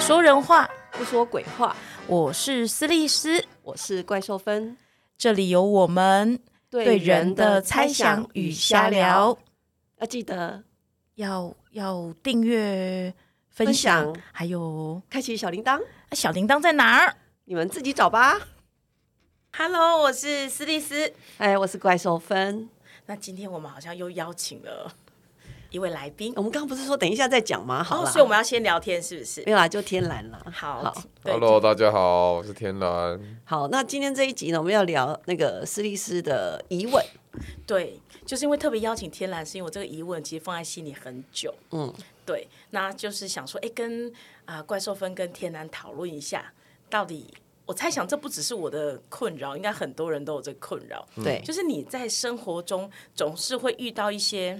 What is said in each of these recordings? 说人话，不说鬼话。我是斯利斯，我是怪兽芬，这里有我们对人的猜想与瞎聊，，要记得要要订阅、分分享，享还有开启小铃铛，啊小铃铛在哪儿你们自己找吧。 ？Hello，我是斯利斯。哎，我是怪兽芬。那今天我们好像又邀请了一位来宾我，们刚刚不是说等一下再讲吗？好哦，啦，所以我们要先聊天，是不是没？有啦，就天蓝啦。好好，对 Hello，大家好，我是天蓝。好，那今天这一集呢，我们要聊那个斯利斯的疑问。对，就是因为特别邀请天蓝，是因为我这个疑问其实放在心里很久。嗯，对，那就是想说，哎，跟啊、怪兽芬跟天蓝讨论一下，到底我猜想这不只是我的困扰，应该很多人都有这个困扰，嗯对，就是你在生活中总是会遇到一些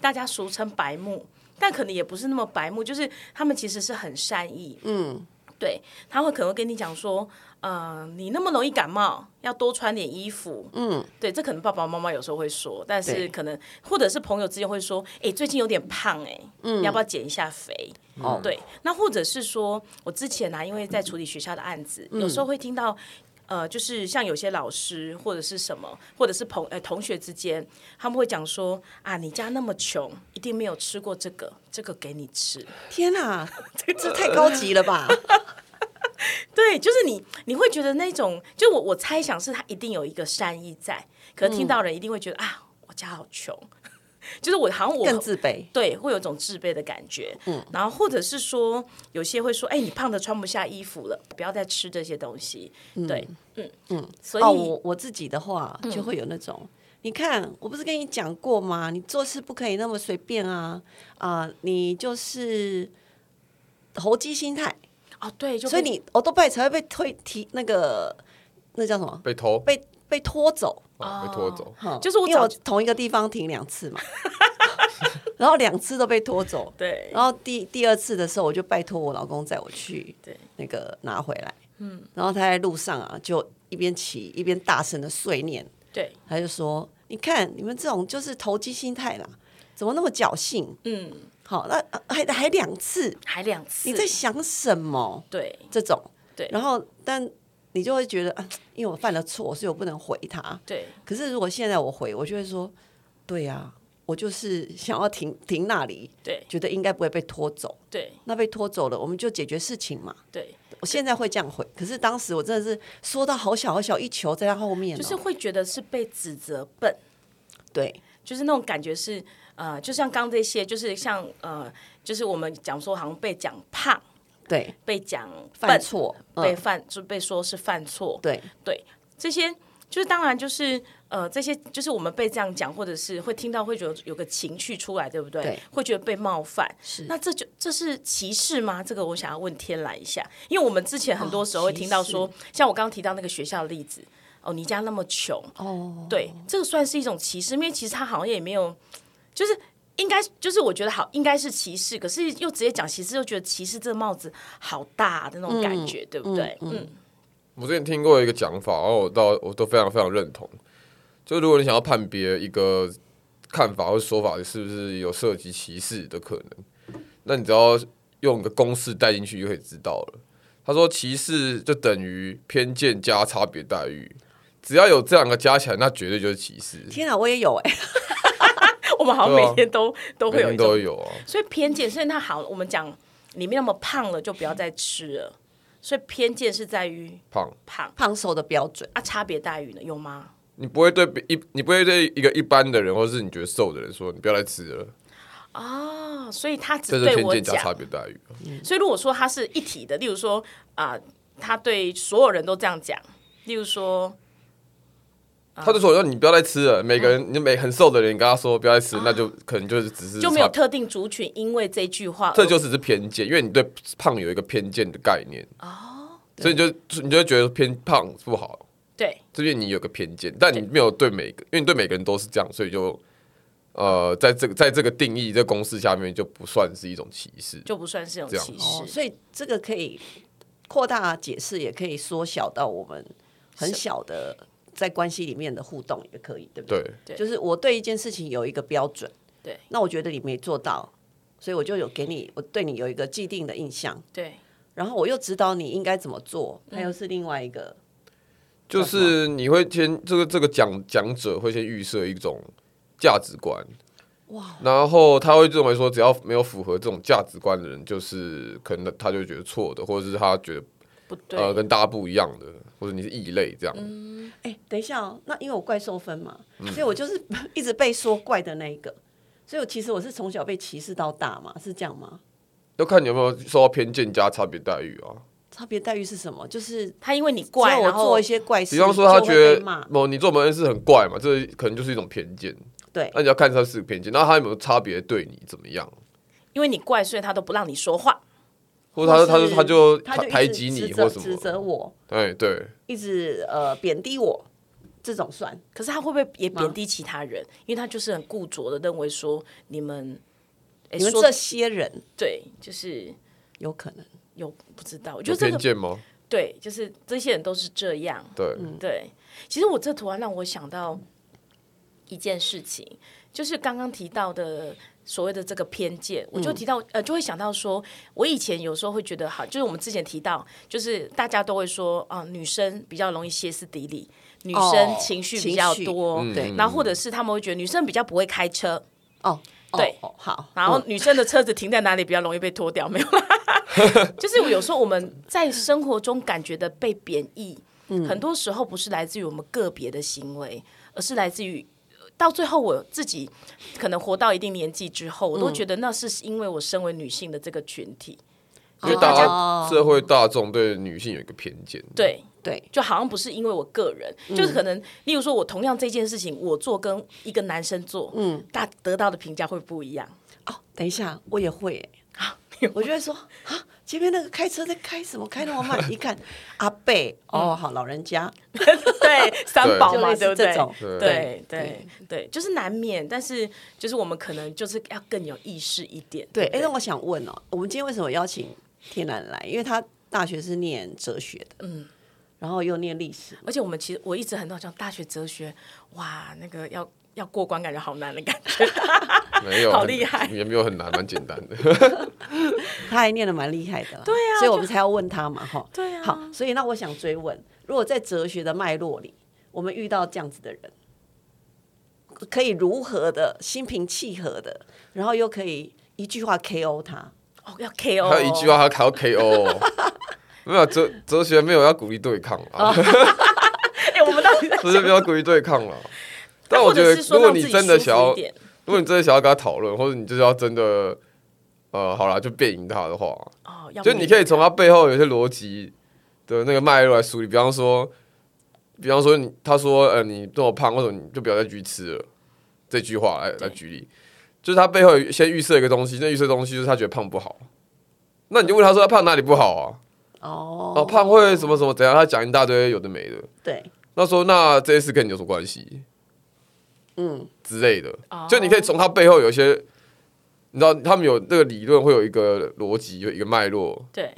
大家俗称白目，但可能也不是那么白目，就是他们其实是很善意，嗯，对，他会可能会跟你讲说，呃，你那么容易感冒，要多穿点衣服。嗯，对，这可能爸爸妈妈有时候会说，但是对可能或者是朋友之间会说，哎、最近有点胖、哎，嗯，要不要减一下肥？哦，对，那或者是说我之前啊，因为在处理学校的案子，有嗯时候会听到。呃，就是像有些老师或者是什么，或者是朋呃同学之间，他们会讲说啊，你家那么穷，一定没有吃过这个，这个给你吃。天哪，这这太高级了吧？ 对，就是你，你会觉得那种，就我我猜想是他一定有一个善意在，可是听嗯到人一定会觉得、啊，我家好穷， 就是我好像我更自卑。对，会有一种自卑的感觉。嗯，然后或者是说，有些会说，哎、你胖的穿不下衣服了，不要再吃这些东西。对，嗯嗯，所以、嗯哦，我我自己的话就会有那种，你看，我不是跟你讲过吗？你做事不可以那么随便啊啊、你就是猴鸡心态，哦对，就所以跟你欧多拜才会被推提那个那叫什么？被偷，被被拖走。哦被拖走。嗯就是我因为早我同一个地方停两次嘛， 然后两次都被拖走。对然后第第二次的时候，我就拜托我老公载我去对那个拿回来。嗯，然后他在路上啊，就一边骑一边大声的碎念，对，他就说：“你看你们这种就是投机心态啦，怎么那么侥幸？嗯，好，那呃还还两次，还两次，你在想什么？对这种对然后但你就会觉得，啊，因为我犯了错，所以我不能回他。对可是如果现在我回，我就会说，对呀、我就是想要停停那里，对觉得应该不会被拖走。对那被拖走了，我们就解决事情嘛。对，我现在会这样回，可是当时我真的是说到好小好小一球在他后面哦、就是会觉得是被指责笨。对就是那种感觉是，呃，就像刚这些，就是像呃，就是我们讲说好像被讲胖，对被讲犯笨，错，被嗯、犯就被说是犯错，对对这些。就是当然，就是呃，这些就是我们被这样讲，或者是会听到，会觉得有个情绪出来，对不对？对会觉得被冒犯。是那这就这是歧视吗？这个我想要问天来一下，因为我们之前很多时候会听到说，歧像我刚刚提到那个学校的例子，哦，你家那么穷，哦，对，这个算是一种歧视，因为其实他好像也没有，就是应该就是我觉得好应该是歧视，可是又直接讲歧视，又觉得歧视这帽子好大的那种感觉，对不对？嗯， 我之前听过一个讲法，然后我到我都非常非常认同。就如果你想要判别一个看法或说法是不是有涉及歧视的可能，那你只要用个公式带进去就可以知道了。他说歧视就等于偏见加差别待遇，只要有这两个加起来，那绝对就是歧视。天啊，我也有哎、 我们好像对啊每天都、都会每有一天都种，有啊，所以偏见，所以那好，我们讲你没那么胖了，就不要再吃了。所以偏见是在于胖。胖胖瘦的标准。啊，差别待遇呢有吗？你不会对比一，你不会对一个一般的人，或是你觉得瘦的人说你不要来吃了，哦，所以他只这是对偏我见加讲，差别待遇。所以如果说他是一体的，例如说啊、他对所有人都这样讲，例如说啊他嗯就说让你不要再吃了，每个人你每很瘦的人，你跟他说不要再吃，那就可能就是只是啊就没有差别，特定族群因为这句话而，这就只是偏见，因为你对胖有一个偏见的概念哦，所以你就你就会觉得偏胖不好，对这边你有个偏见，但你没有对每个，因为你对每个人都是这样，所以就呃，在这个在这个定义这个公式下面就不算是一种歧视，就不算是一种这样歧哦，视。所以这个可以扩大解释，也可以缩小到我们很小的在关系里面的互动也可以，对不对？对。对就是我对一件事情有一个标准，对，那我觉得你没做到，所以我就有给你，我对你有一个既定的印象，对然后我又指导你应该怎么做，它嗯又是另外一个。就是你会先这个这个讲讲者会先预设一种价值观，哇，然后他会认为说，只要没有符合这种价值观的人，就是可能他就觉得错的，或者是他觉得不对，呃跟大家不一样的，或者你是异类这样。哎、等一下哦，那因为我怪受分嘛，所以我就是一直被 说怪的那一个，所以我其实我是从小被歧视到大嘛，是这样吗？要看你有没有受到偏见加差别待遇啊。差别待遇是什么？就是他因为你只怪，要我然后做一些怪事，比方说，他就觉会得被骂，某你做某件事很怪嘛，这可能就是一种偏见。对那你要看他是不是偏见，那他有没有差别对你怎么样？因为你怪，所以他都不让你说话。或者他他是他就他他一排直挤指你责或什指责么？我，哎，对，一直呃贬低我，这种算可是他会不会也贬低其他人？因为他就是很固着的认为说你们，哎你们说这些人对，就是有可能。有不知道，我觉有得这偏个见吗？对，就是这些人都是这样。对，嗯对，其实我这突然让我想到一件事情，就是刚刚提到的所谓的这个偏见，我嗯就提到、呃，就会想到说，我以前有时候会觉得，好，就是我们之前提到，就是大家都会说啊、女生比较容易歇斯底里，女生哦情绪情比较绪嗯多，对然后或者是他们会觉得女生比较不会开车，哦，哦对哦好，然后嗯女生的车子停在哪里比较容易被拖掉？没有啦，就是有时候我们在生活中感觉的被贬义，很多时候不是来自于我们个别的行为，而是来自于。到最后，我自己可能活到一定年纪之后，我都觉得那是因为我身为女性的这个群体，因为大家社会大众对女性有一个偏见。哦对，对就好像不是因为我个人，就是可能，例如说我同样这件事情，我做跟一个男生做，嗯，大得到的评价会不一样。哦，等一下，我也会欸、我就会说啊，前面那个开车在开什么？开那么慢，一看阿嗯贝哦，好老人家， 对，三宝就嘛，类对不似对这？种，对对对，就是难免，但是就是我们可能就是要更有意识一点。对。哎、哎，那我想问哦，我们今天为什么邀请天然来？因为他大学是念哲学的，嗯，然后又念历史，而且我们其实我一直很好像大学哲学，哇，那个要要过关感觉好难的感 觉。没有，好很厉害也没有很难，蛮简单 的。他还念的蛮厉害的啦，对啊所以我们才要问他嘛，哈，对 啊好，所以那我想追问，如果在哲学的脉络里，我们遇到这样子的人，可以如何的心平气和的，然后又可以一句话 KO 他，哦，要 KO，还有一句，话，还要 KO 哦。没有哲哲学没有要鼓励对抗啊，哦 哎，我们到底在？哲学没有要鼓励对抗 啦。但我或觉者得是，说如果让你自己真的舒想服要一，点，如果你真的想要跟他讨论，或者你就是要真的，呃，好啦，就辩赢他的话，哦，要就不你可以从他背后有些逻辑的那个脉络来梳理。比方说，比方说你他说呃你这么胖，为什么你就不要再继续吃了？这句话来来举例，就是他背后有先预设一个东西，那预设东西就是他觉得胖不好。那你就问他说他胖哪里不好啊？哦，哦，胖会什么什么怎样？他讲一大堆有的没的。对，那说那这些事跟你有什么关系嗯，之类的哦，就你可以从他背后有一些，你知道他们有那个理论会有一个逻辑，有一个脉络。对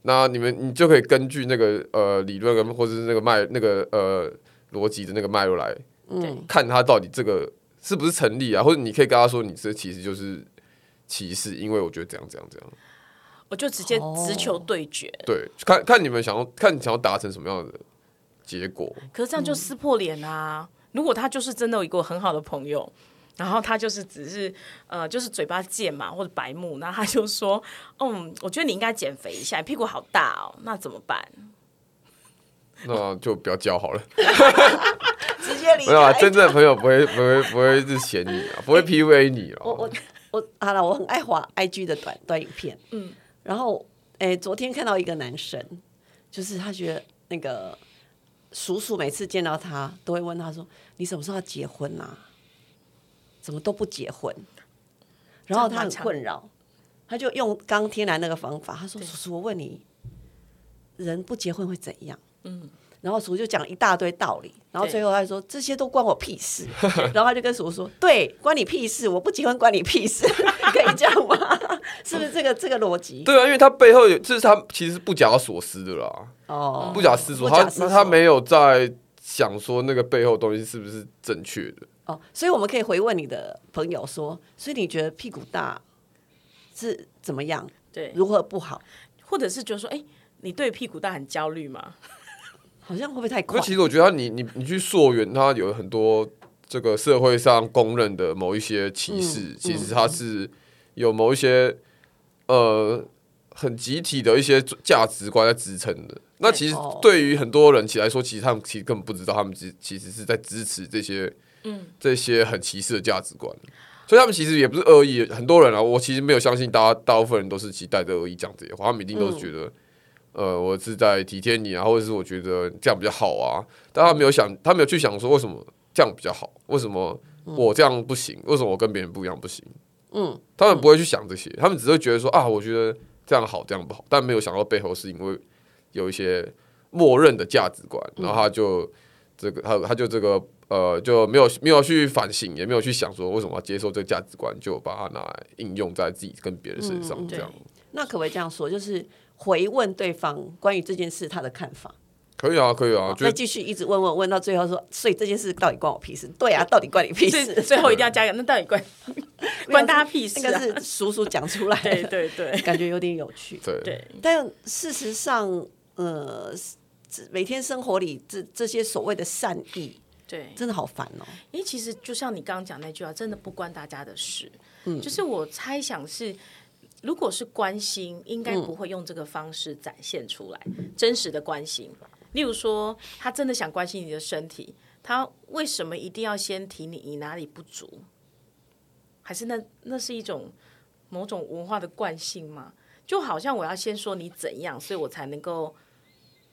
那你们你就可以根据那个呃理论跟或者是那个脉那个呃逻辑的那个脉络来嗯对看他到底这个是不是成立啊，或者你可以跟他说你这其实就是歧视，因为我觉得怎样怎样怎样。我就直接哦直球对决，对，看看你们想要看你想要达成什么样的结 果。可是这样就撕破脸啊！如果他就是真的有一个很好的朋友，然后他就是只是呃，就是嘴巴贱嘛，或者白目，然后他就说，嗯，我觉得你应该减肥一下，你屁股好大哦，那怎么办？那就不要交 好了，直接哎离没有啊，开。真正的朋友不会不 会不会是嫌你啊，不会 PUA 你啊。哎我我我好了，我很爱滑 IG 的短短影片，嗯，然后诶、昨天看到一个男生，就是他觉得那个叔叔每次见到他都会问他说：“你什么时候要结婚啊？怎么都不结婚？”然后他很困扰，他就用刚天然那个方法，他说：“叔叔，我问你，人不结婚会怎样？”嗯，然后叔叔就讲一大堆道理，然后最后他就说：“这些都关我屁事。” 然后他就跟叔叔说：“对，关你屁事！我不结婚关你屁事， 可以这样吗？ 是不是这个这个逻辑？”对啊，因为他背后有，这是他其实不假所思的啦。哦，不假思索，不假他思索他没有在想说那个背后东西是不是正确的。哦，所以我们可以回问你的朋友说，所以你觉得屁股大是怎么样？对，如何不好？或者是觉得说，哎、你对屁股大很焦虑吗？好像会不会太快那？其实我觉得他你你你去溯源，他有很多这个社会上公认的某一些歧视，嗯其实他是有某一些呃很集体的一些价值观在支撑的。那其实哦对于很多人其来说，其实他们其实根本不知道，他们其其实是在支持这些嗯这些很歧视的价值观。所以他们其实也不是恶意，很多人啊，我其实没有相信大家大部分人都是期待着恶意讲这些话，他们一定都是觉得，呃，我是在体贴你啊，或者是我觉得这样比较好啊，但他没有想，他没有去想说为什么这样比较好，为什么我这样不行，为什么我跟别人不一样不行？嗯，他们不会去想这些，他们只会觉得说啊，我觉得这样好，这样不好，但没有想到背后是因为有一些默认的价值观，嗯然后他就这个他他就这个呃就没有没有去反省，也没有去想说为什么要接受这个价值观，就把它拿来应用在自己跟别人身嗯上，这样、那可不可以这样说？就是回问对方关于这件事他的看法，可以啊，可以啊，就再继续一直问问问到最后说，所以这件事到底关我屁事？对啊，到底关你屁最事？最后一定要加一个，那到底关关大家屁事、 那啊个？是叔叔讲出来对的，对对感觉有点有趣。对对，但事实上，呃，这每天生活里这这些所谓的善意，对，真的好烦哦。因为其实就像你刚刚讲那句话，真的不关大家的事。就是我猜想是，如果是关心，应该不会用这个方式展现出来、真实的关心。例如说，他真的想关心你的身体，他为什么一定要先提你你哪里不足？还是那那是一种某种文化的惯性吗？就好像我要先说你怎样，所以我才能够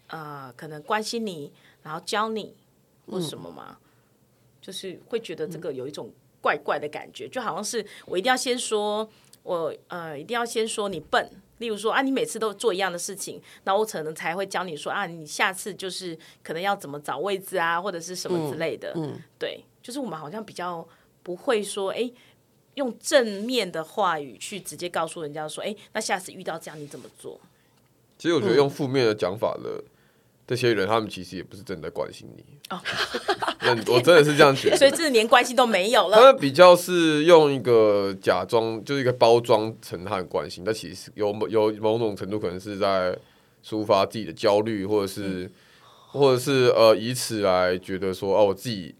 呃，可能关心你，然后教你或什么吗？就是会觉得这个有一种怪怪的感觉，就好像是我一定要先说，我呃一定要先说你笨。例如说啊，你每次都做一样的事情，那我可能才会教你说啊，你下次就是可能要怎么找位置啊，或者是什么之类的。对，就是我们好像比较不会说，哎，用正面的话语去直接告诉人家说，哎，那下次遇到这样你怎么做？其实我觉嗯得用负面的讲法的这些人，他们其实也不是真的关心你。 那我真的是这样觉得，哦所以这是连关系都没有他了。 们比较是用一个假装，就是一个包装成他的关心，但其实有某有某种程度可能是在抒发自己的焦虑，或者是、嗯或者是呃，以此来觉得说，哦、我自己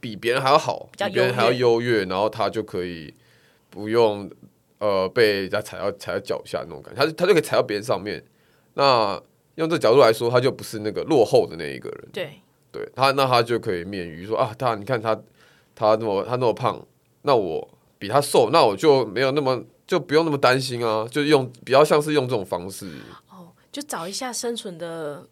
比别人还要好，较比别人优还要越优越，然后他就可以不用呃被人家踩到踩到脚下那种感觉，他就他就可以踩到别人上面。那用这角度来说，他就不是那个落后的那一个人。对，对他，那他就可以免于说啊，他你看他他那么他那么胖，那我比他瘦，那我就没有那么就不用那么担心啊，就用比较像是用这种方式，哦，就找一下生存的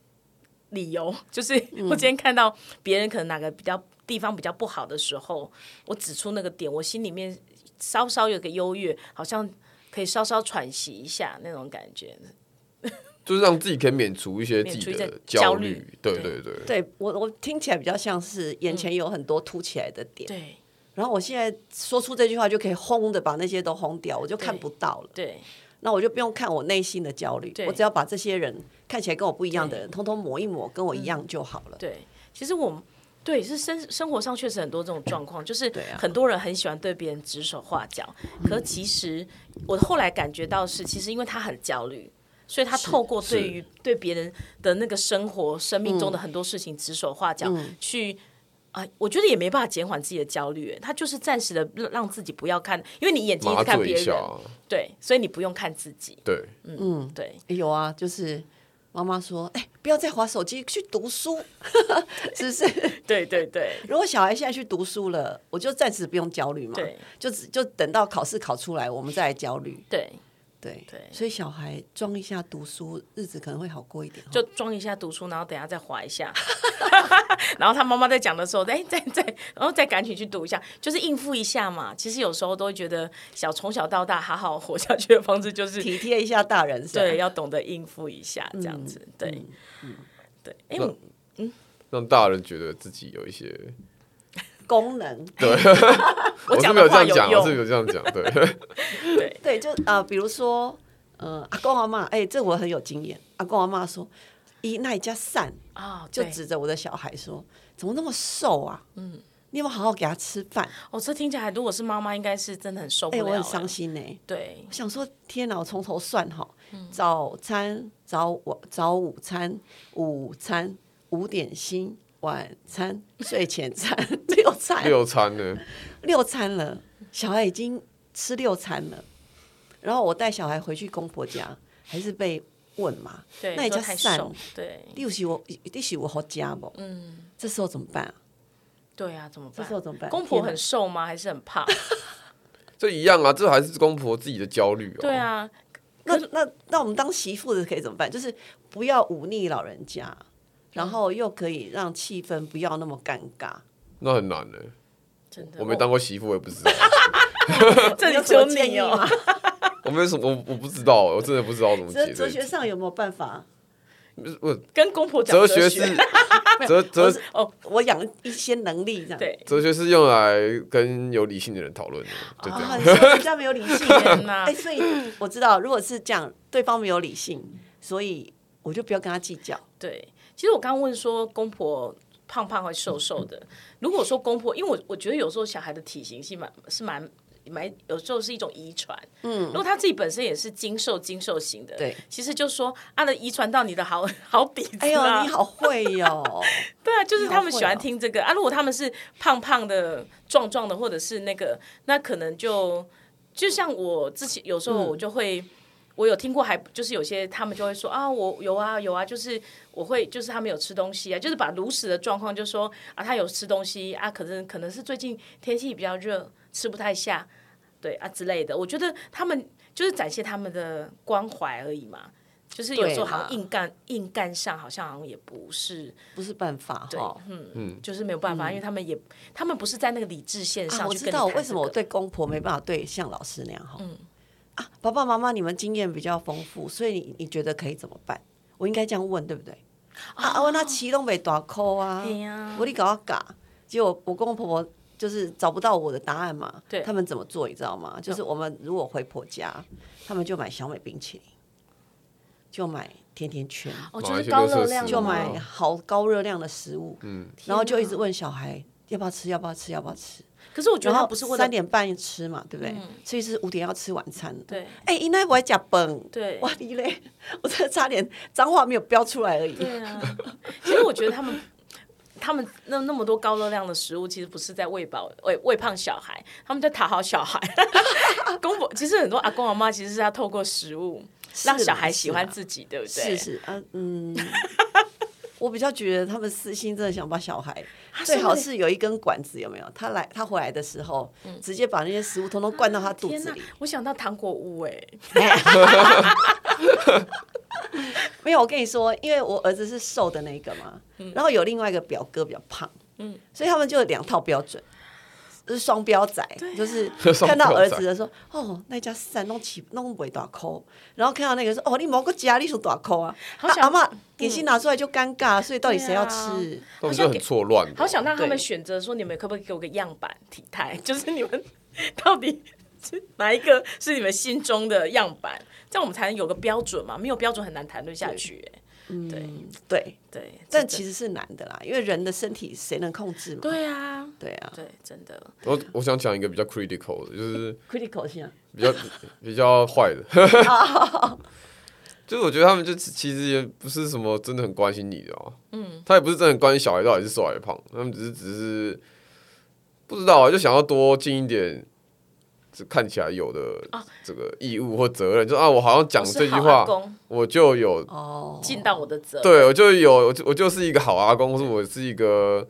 理由。 就是我今天看到别人可能哪个比较地方比较不好的时候，我指出那个点，我心里面稍稍有个优越，好像可以稍稍喘息一下那种感觉。就是让自己可以免除一些自免己除一的些焦焦虑。虑对对对对，对我，我听起来比较像是眼前有很多凸起来的点，嗯对然后我现在说出这句话就可以轰的把那些都轰掉，我就看不到了。对那我就不用看我内心的焦虑，对我只要把这些人看起来跟我不一样的人，通通抹一抹，跟我一样就好了。嗯对，其实我们对是生生活上确实很多这种状况，就是对啊很多人很喜欢对别人指手画脚，可其实我后来感觉到是，其实因为他很焦虑。所以他透过对于对别人的那个生活、生命嗯中的很多事情指手画脚，去啊、我觉得也没办法减缓自己的焦虑。欸他就是暂时的让让自己不要看，因为你眼睛一麻直看醉别一人下，，啊对，所以你不用看自己。对，嗯，对，诶有啊，就是妈妈说，哎、不要再划手机，去读书， 是不是？对对 对如果小孩现在去读书了，我就暂时不用焦虑嘛，对，就只就等到考试考出来，我们再来焦虑。对，对对所以小孩装一下读书，日子可能会好过一点哦。就装一下读书，然后等一下再划一下， 然后他妈妈在讲的时候，哎，再再，然后再赶紧去读一下，就是应付一下嘛。其实有时候都会觉得小从小到大好好活下去的方式就是体贴一下大人，是吧对，，要懂得应付一下这样嗯子，对，对，哎，我让大人觉得自己有一些，功能我我是讲没有的哦这话样有讲，我是没用，哦有这样讲，对，对，就啊、呃比如说，呃，阿公阿妈，哎、这我很有经验。阿公阿妈说，咦，那一家善啊，就对指着我的小孩说，怎么那么瘦啊？嗯，你有没有好好给他吃饭？哦，这听起来如果是妈妈，应该是真的很受不哎、了、我很伤。心呢、对我，想说，天哪！我从头算好，嗯早餐、早晚、早午餐、午餐、午点心、晚餐、睡前餐， 六餐，六餐呢？六餐了，小孩已经吃六餐了。然后我带小孩回去公婆家，还是被问嘛？对，那也说叫太散瘦。。对，六十我六十我好家不？嗯，这时候怎么办啊？对啊，怎么这办时？候怎么办？公婆天哪很瘦吗？还是很 胖？这一样啊，这还是公婆自己的焦虑哦。对，啊，那那那我们当媳妇的可以怎么办？就是不要忤逆老人家，嗯然后又可以让气氛不要那么尴尬。那很难呢。真的。我没当过媳妇，我也不知道。 这里有只什有么建你议哦 吗。？我没有什么，我我不知道，我真的不知道怎么哲解哲这学个。上有没有办法？我跟公婆讲哲学 学是哲哲哦，我养一些能力这样。对，哲学是用来跟有理性的人讨论的，哦就这啊，样。你说人家没有理性耶天哪哎、所以我知道，如果是这样，对方没有理性，所以我就不要跟他计较。对，其实我刚刚问说公婆胖胖还是瘦瘦的，如果说公婆，因为我我觉得有时候小孩的体型是蛮是蛮。蛮有时候是一种遗传，嗯，如果他自己本身也是精瘦精瘦型的，对，其实就说啊，那遗传到你的好 好比子、啊，哎呦，你好会哟、对啊，就是你好他们会喜欢哦听这个、啊。如果他们是胖胖的、壮壮的，或者是那个，那可能就就像我之前有时候嗯我就会，我有听过还就是有些他们就会说啊，我有啊有啊，就是我会就是他们有吃东西啊，就是把如实的状况就说啊，他有吃东西啊，可能可能是最近天气比较热，吃不太下，对啊之类的。我觉得他们就是展现他们的关怀而已嘛。就是有时候对啦好像硬干硬干上，好像好像也不是 不是办法哈。嗯就是没有办法，因为他们也他们不是在那个理智线上、啊，我去知跟你道谈为什么这我个嗯对公婆没办法对像老师那样哈。啊，爸爸妈妈，你们经验比较丰富，所以你你觉得可以怎么办？我应该这样问，对不对？啊，啊我那骑拢没大哭啊哦嘿呀，我你搞我嘎，结果我公公婆婆就是找不到我的答案嘛。对嗯他们怎么做你知道吗？就是我们如果回婆家，他们就买小美冰淇淋，就买甜甜圈，哦，马就来是西高亚热设量施的哦就嘛买好高热量的食物，嗯，然后就一直问小孩要不要吃，要不要吃，要不要吃。可是我觉得然他后不是为了嗯三点半吃嘛，对不对？所以是五点要吃晚餐的。对哎、应该不会假崩。对哇你嘞， 我真的差点脏话没有飙出来而已。对啊。其实我觉得他们。他们那那么多高热量的食物，其实不是在喂饱喂喂胖小孩，他们在讨好小孩。 公婆其实很多阿公阿妈其实是要透过食物让是小啦孩喜是欢啦自己，对不对？是是啊，嗯， 我比较觉得他们私心真的想把小孩，啊是最为好了是有一根管子，有没有？他来他回来的时候，直接把那些食物通通灌到他肚嗯天子里。我想到糖果屋哎、没有，我跟你说，因为我儿子是瘦的那一个嘛，嗯然后有另外一个表哥比较胖，嗯，所以他们就有两套标准。就是双标仔，啊就是双标仔看到儿子的说，哦，那家散弄起弄不会大抠，然后看到那个说，哦，你某个家你是大抠啊，好啊想嗯阿妈点心拿出来就尴尬，所以到底谁要对啊吃？他们就很错乱的。好想让他们对选择说，你们可不可以给我个样板体态？ 就是你们到底是哪一个是你们心中的样板？这样我们才能有个标准嘛。没有标准很难谈论下去、欸。对嗯，对，对，但其实实是难的啦，因为人的身体谁能控制嘛？对啊，对啊对，真的我我想讲一个比较 critical 的，就是，critical 性啊比较 比较坏的，哦就是我觉得他们就其实也不是什么真的很关心你的啊，嗯，他也不是真的很关心小孩到底是瘦还是胖，他们只是只是不知道啊，就想要多尽一点。这看起来有的这个义务或责任，就啊，我好像讲哦我是这句好话阿公，我就有哦，尽到我的责。对，我就有，我就我就是一个好阿公，或是我是一个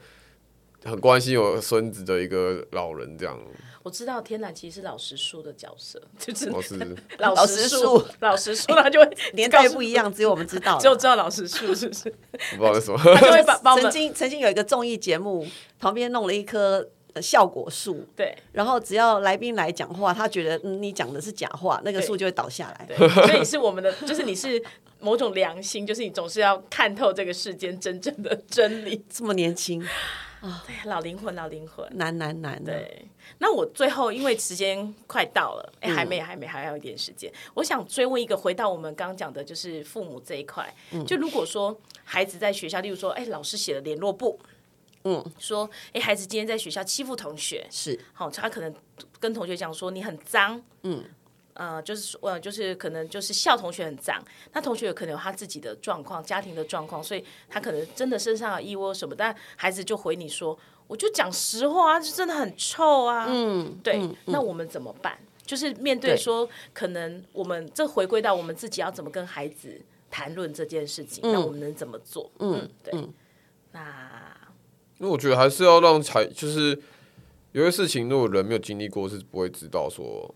很关心我孙子的一个老人，这样。我知道天然其实是老实树的角色， 就是我是老实老实树树，老实树，他就 会年告代诉不一样，只有我们知 道啦，就知道老实树是不 是？我不知道为什么，他就会把把我曾们经曾经有一个综艺节目，旁边弄了一棵、呃效果树，对。然后只要来宾来讲话，他觉得、嗯、你讲的是假话，那个对树就会倒下来。对， 所以是我们的，就是你是某种良心，就是你总是要看透这个世间真正的真理。这么年轻，对，老灵魂，老灵魂。难难难的。对，那我最后因为时间快到了，哎、还没，还没，还有一点时间，我想追问一个，回到我们刚刚讲的，就是嗯父母这一块，就如果说孩子在学校，例如说，哎、老师写了联络簿，嗯，说，哎，孩子今天在学校欺负同学，是好、他可能跟同学讲说你很脏，嗯，呃，就是说呃，就是可能就是笑同学很脏，那同学有可能有他自己的状况、家庭的状况，所以他可能真的身上有异味什么，但孩子就回你说，我就讲实话啊，就真的很臭啊，嗯，对，那我们怎么办？就是面对对说，可能我们这回归到我们自己要怎么跟孩子谈论这件事情，那我们能怎么做？嗯，对，那因为我觉得还是要让才就是有些事情，如果人没有经历过，是不会知道说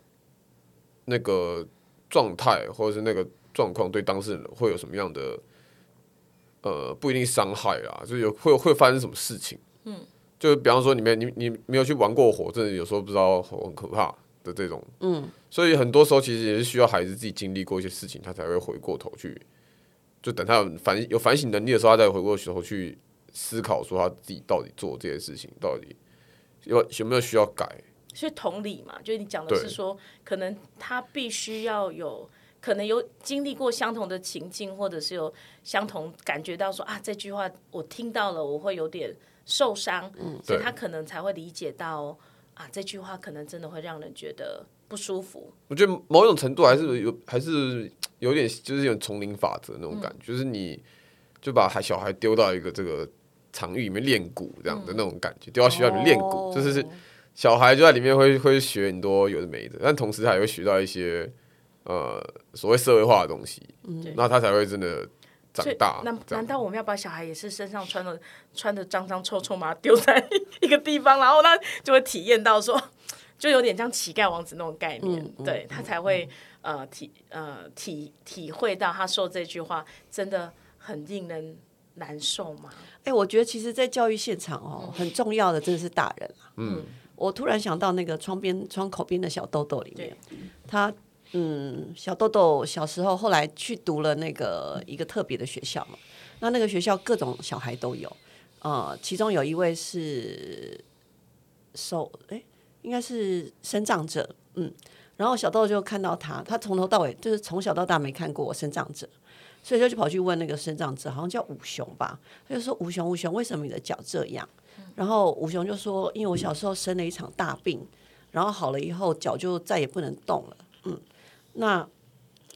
那个状态或者是那个状况对当事人会有什么样的呃不一定伤害啦，就是有会会发生什么事情。嗯，就比方说你没你你没有去玩过火，真的有时候不知道火很可怕的这种。嗯，所以很多时候其实也是需要孩子自己经历过一些事情，他才会回过头去。就等他有反有反省能力的时候，他再回过头去思考说他自己到底做这件事情到底有有没有需要改。所以同理嘛，就是你讲的对是说，可能他必须要有，可能有经历过相同的情境，或者是有相同感觉到说啊，这句话我听到了，我会有点受伤，所以嗯对他可能才会理解到啊，这句话可能真的会让人觉得不舒服。我觉得某种程度还是有还是有点就是有点丛林法则那种嗯感觉，就是你就把孩小孩丢到一个这个场域里面练鼓这样嗯的那种感觉，丢到学校里面练哦鼓，就是是小孩就在里面会会学很多有的没的，但同时他也会学到一些呃所谓社会化的东西，那他才会真的嗯长所以大。难这样难道我们要把小孩也是身上穿的穿的脏脏臭臭嘛，丢在一个地方，然后他就会体验到说，就有点像乞丐王子那种概念，嗯对他才会呃体呃体体会到他说这句话真的很令人难受嘛？哎、我觉得其实，在教育现场嗯哦，很重要的真的是大人啊。嗯，我突然想到那个窗边窗口边的小豆豆里面，他嗯，小豆豆小时候后来去读了那个一个特别的学校嘛，那那个学校各种小孩都有，呃，其中有一位是手哎、应该是生长者，嗯，然后小豆豆就看到他，他从头到尾就是从小到大没看过我生长者。所以就去跑去问那个生长者，好像叫武雄吧，他就说：“吴雄，吴雄，为什么你的脚这样？”然后吴雄就说：“因为我小时候生了一场大病，然后好了以后脚就再也不能动了。”嗯，那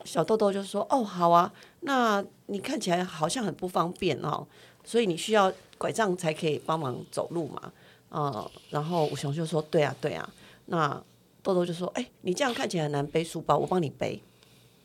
小豆豆就说：“哦，好啊，那你看起来好像很不方便哦，所以你需要拐杖才可以帮忙走路嘛。”嗯，然后吴雄就说：“对啊，对啊。”那豆豆就说：“哎，你这样看起来很难背书包，我帮你背。”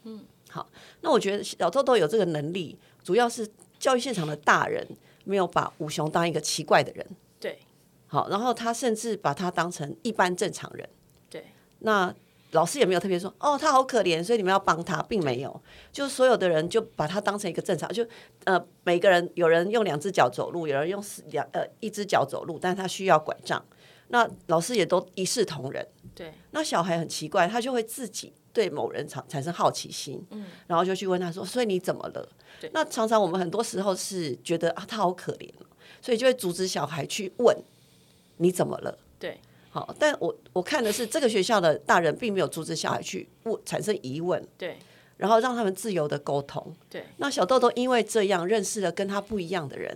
嗯，好，那我觉得小豆豆有这个能力，主要是教育现场的大人没有把武雄当一个奇怪的人，对，好，然后他甚至把他当成一般正常人，对。那老师也没有特别说，哦，他好可怜，所以你们要帮他，并没有，就所有的人就把他当成一个正常，就呃，每个人有人用两只脚走路，有人用四两呃一只脚走路，但他需要拐杖，那老师也都一视同仁，对，那小孩很奇怪，他就会自己对某人产产生好奇心，然后就去问他说：“所以你怎么了？”那常常我们很多时候是觉得啊，他好可怜哦，所以就会阻止小孩去问你怎么了。对，好，但我我看的是这个学校的大人并没有阻止小孩去问产生疑问，对，然后让他们自由的沟通。对，那小豆豆因为这样认识了跟他不一样的人，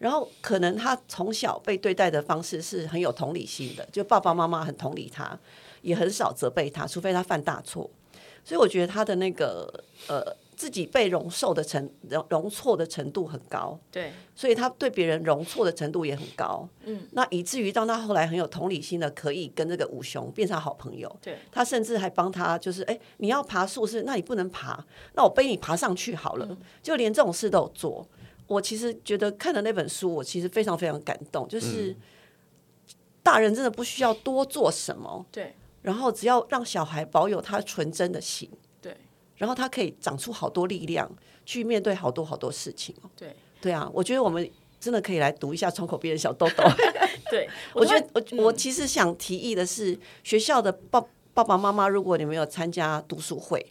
然后可能他从小被对待的方式是很有同理心的，就爸爸妈妈很同理他，也很少责备他，除非他犯大错。所以我觉得他的那个呃自己被容受的程容容错的程度很高，对，所以他对别人容错的程度也很高。嗯，那以至于当他后来很有同理心的，可以跟这个五雄变成好朋友。对，他甚至还帮他，就是哎、你要爬树是，那你不能爬，那我背你爬上去好了。就连这种事都有做。我其实觉得看了那本书，我其实非常非常感动，就是大人真的不需要多做什么，对，然后只要让小孩保有他纯真的心，对，然后他可以长出好多力量去面对好多好多事情哦。对，对啊，我觉得我们真的可以来读一下窗口边的小豆豆。对，我觉突然得我、我嗯其实想提议的是，学校的爸爸爸妈妈，如果你们有参加读书会，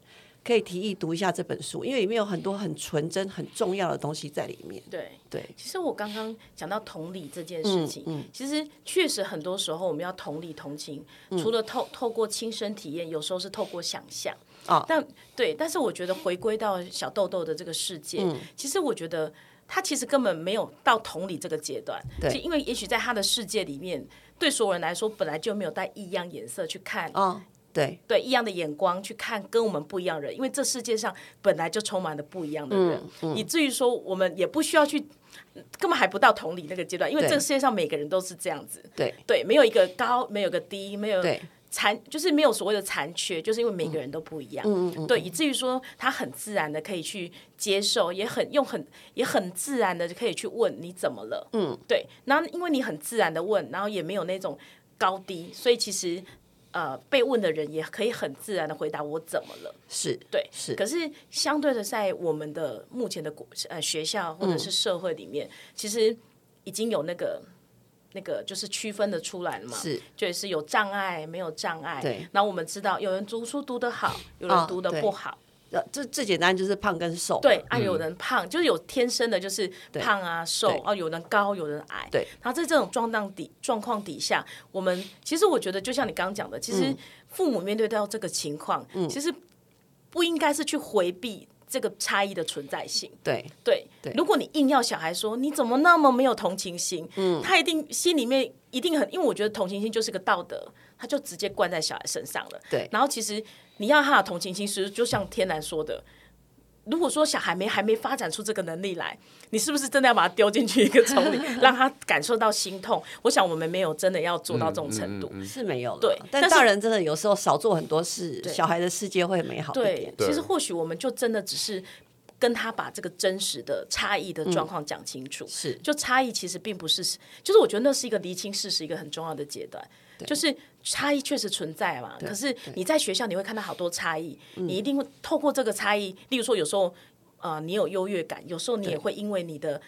可以提议读一下这本书，因为里面有很多很纯真、很重要的东西在里面。对对，嗯其实我刚刚讲到同理这件事情，其实确实很多时候我们要同理同情，嗯除了透透过亲身体验，有时候是透过想象。啊嗯但对，但是我觉得回归到小豆豆的这个世界，其实我觉得他其实根本没有到同理这个阶段，对就因为也许在他的世界里面，对所有人来说本来就没有带异样颜色去看，哦，对，对异样的眼光去看跟我们不一样的人，因为这世界上本来就充满了不一样的人，嗯以至于说我们也不需要去，根本还不到同理那个阶段，因为对这个世界上每个人都是这样子，对，对，没有一个高，没有一个低，没有对残，就是没有所谓的残缺，就是因为每个人都不一样，嗯对，以至于说他很自然的可以去接受，也很用很也很自然的可以去问你怎么了，嗯，对，然后因为你很自然的问，然后也没有那种高低，所以其实呃被问的人也可以很自然的回答我怎么了。是，对，是可是相对的，在我们的目前的国呃学校或嗯者是社会里面，其实已经有那个那个就是区分的出来了嘛。是，就是有障碍，没有障碍。对。然后我们知道，有人读书读得好，有啊人读得对不好。呃，这最简单就是胖跟瘦，对，啊，有人胖，就是有天生的，就是胖啊、瘦嗯对啊，有人高，有人矮。对。然后在这种状况底状况底下，我们其实我觉得，就像你刚刚讲的，其嗯实父母面对到这个情况，其实不应该是去回避这个差异的存在性。对，对，如果你硬要小孩说你怎么那么没有同情心，他一定心里面一定很，因为我觉得同情心就是个道德，他就直接灌在小孩身上了。对然后其实你要他的同情心，其实就像天然说的。如果说小孩没还没发展出这个能力来，你是不是真的要把他丢进去一个丛林，让他感受到心痛？我想我们没有真的要做到这种程度。是没有了。对但但是大人真的有时候少做很多事，小孩的世界会美好一对点，。其实或许我们就真的只是跟他把这个真实的差异的状况讲清楚。是就差异其实并不是，就是我觉得那是一个厘清事实一个很重要的阶段。就是差异确实存在嘛，可是你在学校你会看到好多差异，你一定会透过这个差异，例如说有时候呃你有优越感，有时候你也会因为你的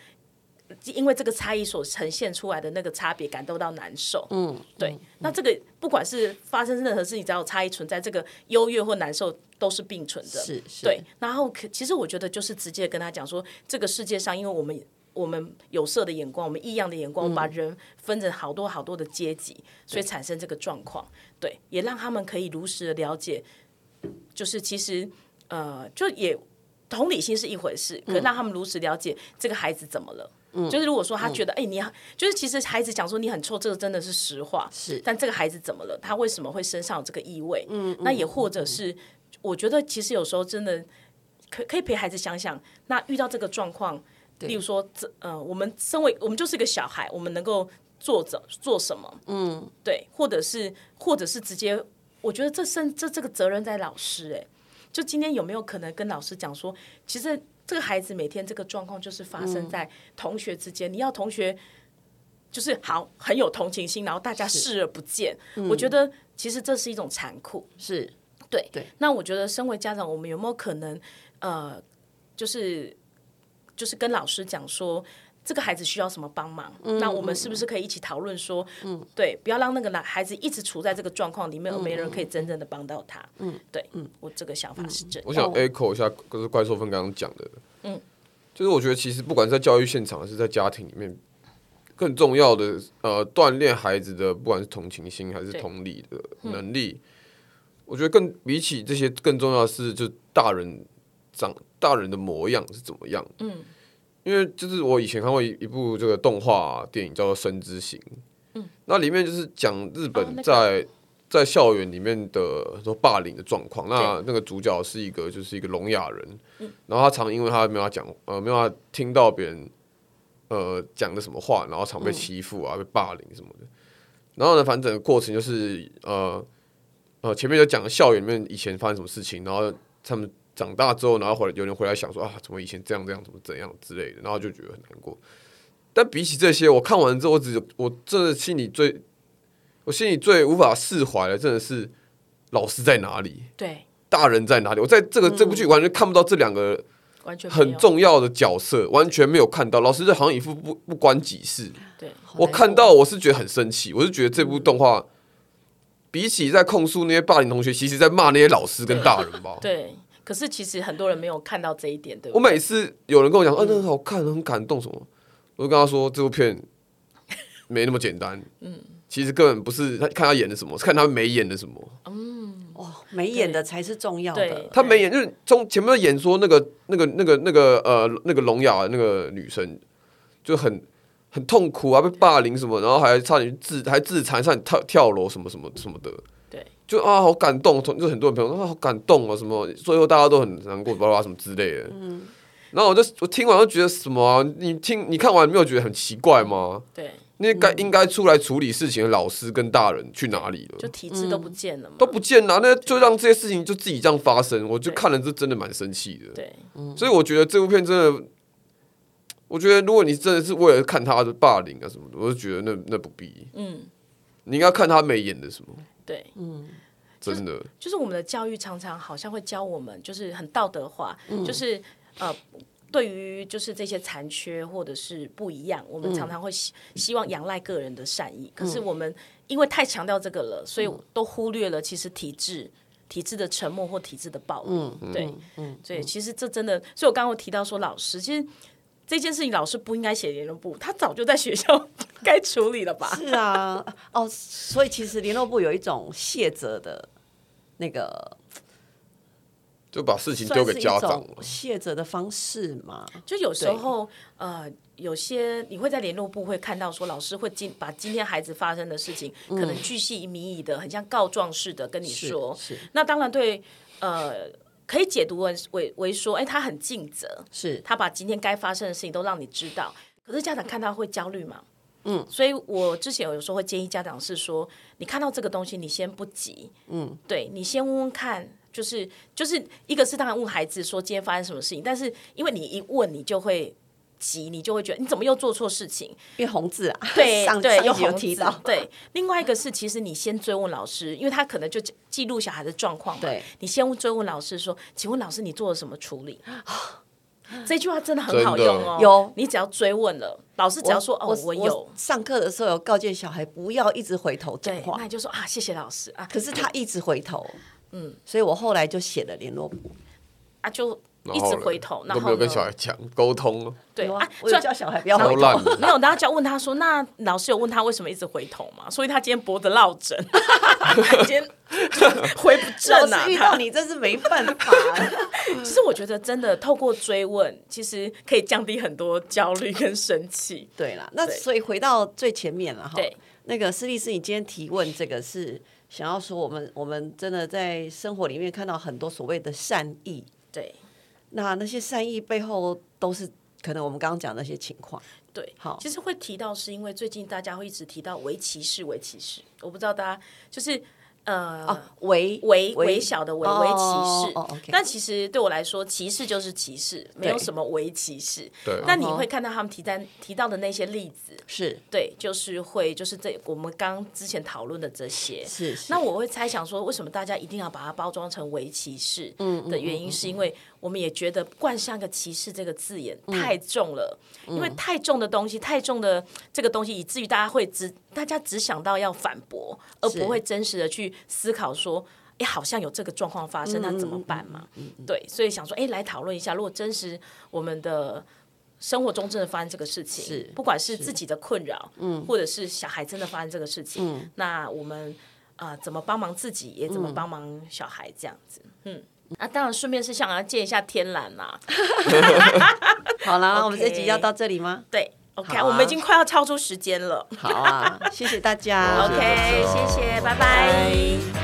因为这个差异所呈现出来的那个差别感受到难受。嗯，对。那这个不管是发生任何事情，只要有差异存在，这个优越或难受都是并存的。是是对。然后可其实我觉得就是直接跟他讲说，这个世界上，因为我们。我们有色的眼光，我们异样的眼光，我们把人分成好多好多的阶级，所以产生这个状况。对，也让他们可以如实的了解，就是其实呃，就也同理心是一回事，可让他们如实了解这个孩子怎么了。就是如果说他觉得，哎、你好就是其实孩子讲说你很臭，这个真的是实话。是但这个孩子怎么了？他为什么会身上有这个异味？嗯，那也或者是，我觉得其实有时候真的可可以陪孩子想想，那遇到这个状况，例如说，这呃，我们身为我们就是一个小孩，我们能够做着做什么？嗯，对，或者是或者是直接，我觉得这甚这这个责任在老师哎、就今天有没有可能跟老师讲说，其实这个孩子每天这个状况就是发生在同学之间，你要同学就是好很有同情心，然后大家视而不见。我觉得其实这是一种残酷。是对对那我觉得身为家长，我们有没有可能呃，就是就是跟老师讲说。这个孩子需要什么帮忙？那我们是不是可以一起讨论说，嗯，对，不要让那个男孩子一直处在这个状况里面，而没人可以真正的帮到他。嗯，对，嗯，我这个想法是这样。我想 echo 一下，就是怪兽芬刚刚讲的，嗯，就是我觉得其实不管是在教育现场还是在家庭里面，更重要的呃，锻炼孩子的不管是同情心还是对同理的能力，我觉得更比起这些更重要的是，就大人长大人的模样是怎么样，嗯，因为就是我以前看过一一部这个动画电影叫做《生之行》，嗯，那里面就是讲日哦本那个在、在校园里面的很多霸凌的状况。那那个主角是一个就是一个聋哑人，嗯然后他常因为他没有办法讲呃没有办法听到别人呃讲的什么话，然后嗯常被欺负啊、被霸凌什么的。然后呢，反正整个过程就是呃呃前面就讲校园里面以前发生什么事情，然后他们长大之后，然后回来有人回来想说啊怎么以前这样这样怎么怎样之类的，然后就觉得很难过。但比起这些，我看完之后，我只我真的心里最我心里最无法释怀的，真的是老师在哪里，对，大人在哪里？我在这个这部剧完全看不到这两个完全没有很。重要的角色，完全没有看到。老师这好像一副不不关己事。对，我看到我是觉得很生气，我是觉得这部动画比起在控诉那些霸凌同学，其实在骂那些老师跟大人吧。对，可是其实很多人没有看到这一点，对我不对？每次有人跟我讲，啊，那很好看，很感动什么，我就跟他说，这部片没那么简单。嗯，其实根本不是他看他演的什么，是看他没演的什么。哦，没演的才是重要对的。他没演，就是中前面演说那个那个那个那个呃那个聋哑的那个女生，就很很痛苦啊，被霸凌什么，然后还差点自还自残，差点跳跳楼什么什么什么的。对，就啊好感动，就很多人朋友说啊好感动哦，什么最后大家都很难过，巴拉巴拉什么之类的。然后我就我听完就觉得什么啊、你听你看完没有觉得很奇怪吗？对，那些该应该出来处理事情的老师跟大人去哪里了？就体制都不见了嘛，都不见了、那就让这些事情就自己这样发生，我就看了这真的蛮生气的。对，所以我觉得这部片真的，我觉得如果你真的是为了看他的霸凌啊什么的，我就觉得那那不必，嗯，你应该看他没演的什么，对。真的。就是我们的教育常常好像会教我们，就是很道德化，就是呃，对于就是这些残缺或者是不一样，我们常常会希希望仰赖个人的善意，可是我们因为太强调这个了，所以都忽略了其实体制。体制的沉默或体制的暴力，对，所以其实这真的，所以我刚刚有提到说，老师其实这件事情，老师不应该写联络簿，他早就在学校 该处理了吧？ 是啊，哦，所以其实联络部有一种卸责的那个，就把事情算丢给是一家长种了，卸责的方式嘛。就有时候呃，有些你会在联络部会看到说，老师会今把今天孩子发生的事情，可能巨细靡遗的，很像告状似的跟你是说。是那当然对，呃，可以解读为为为说，哎，他很尽责，是，他把今天该发生的事情都让你知道。可是家长看到会焦虑嘛？嗯，所以我之前有时候会建议家长是说，你看到这个东西，你先不急，嗯，对你先问问看，就是就是一个是当然问孩子说今天发生什么事情，但是因为你一问，你就会急，你就会觉得你怎么又做错事情，因为红字啊， 对 上对，上一有集有红提字到，对，另外一个是，其实你先追问老师，因为他可能就记记录小孩的状况嘛。对，你先追问老师说：“请问老师，你做了什么处理？”这句话真的很真好的用哦。有你只要追问了，老师只要说：“哦，我有。上课的时候有告诫小孩不要一直回头”讲对，话那，你就说啊，谢谢老师啊。可是他一直回头，嗯，所以我后来就写了联络簿。啊，就一然后直嘞回头，然都没后有呢跟？小孩讲沟通啊，对有啊啊，我虽有然叫小孩不要超回头。烂的。没有，然后就要问他说：“那老师有问他为什么一直回头吗？所以他今天脖子落枕， 今天 回不老正啊。”师遇他到你真是没办 法，其实我觉得真的透过追问，其实可以降低很多焦虑跟生气。对啦，那对所以回到最前面了哈。对，那个施律师，你今天提问这个是想要说，我们我们真的在生活里面看到很多所谓的善意，对那那些善意背后都是可能我们刚刚讲的那些情况。对，好其实会提到是因为最近大家会一直提到围棋士，围棋士，我不知道大家就是呃。哦，为围围小的围哦围棋士，哦，OK 但其实对我来说，骑士就是骑士，没有什么围棋士。对那你会看到他们提到提到的那些例子，是对，就是会就是这我们刚之前讨论的这些，是是那我会猜想说，为什么大家一定要把它包装成围棋士？的原因是因为我们也觉得冠上一个歧视这个字眼太重了，因为太重的东西，太重的这个东西，以至于大家会只大家只想到要反驳，而是不会真实的去思考说。哎，好像有这个状况发生，那怎么办嘛？对，所以想说，哎，来讨论一下，如果真实我们的生活中真的发生这个事情，是不管是自己的困扰，嗯，或者是小孩真的发生这个事情，那我们啊、呃怎么帮忙自己，也怎么帮忙小孩这样子，嗯。啊，当然，顺便是想要见一下天蓝啦、好啦 OK 我们这集要到这里吗？对，OK，、好啊我们已经快要超出时间了。好啊，谢谢大家。好 OK，谢谢，拜拜。